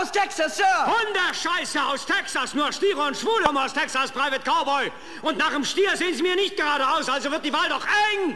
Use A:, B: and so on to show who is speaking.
A: aus Texas, Sir!
B: Hunderscheiße aus Texas, nur Stiere und Schwule kommen aus Texas, Private Cowboy. Und nach dem Stier sehen sie mir nicht gerade aus, also wird die Wahl doch eng.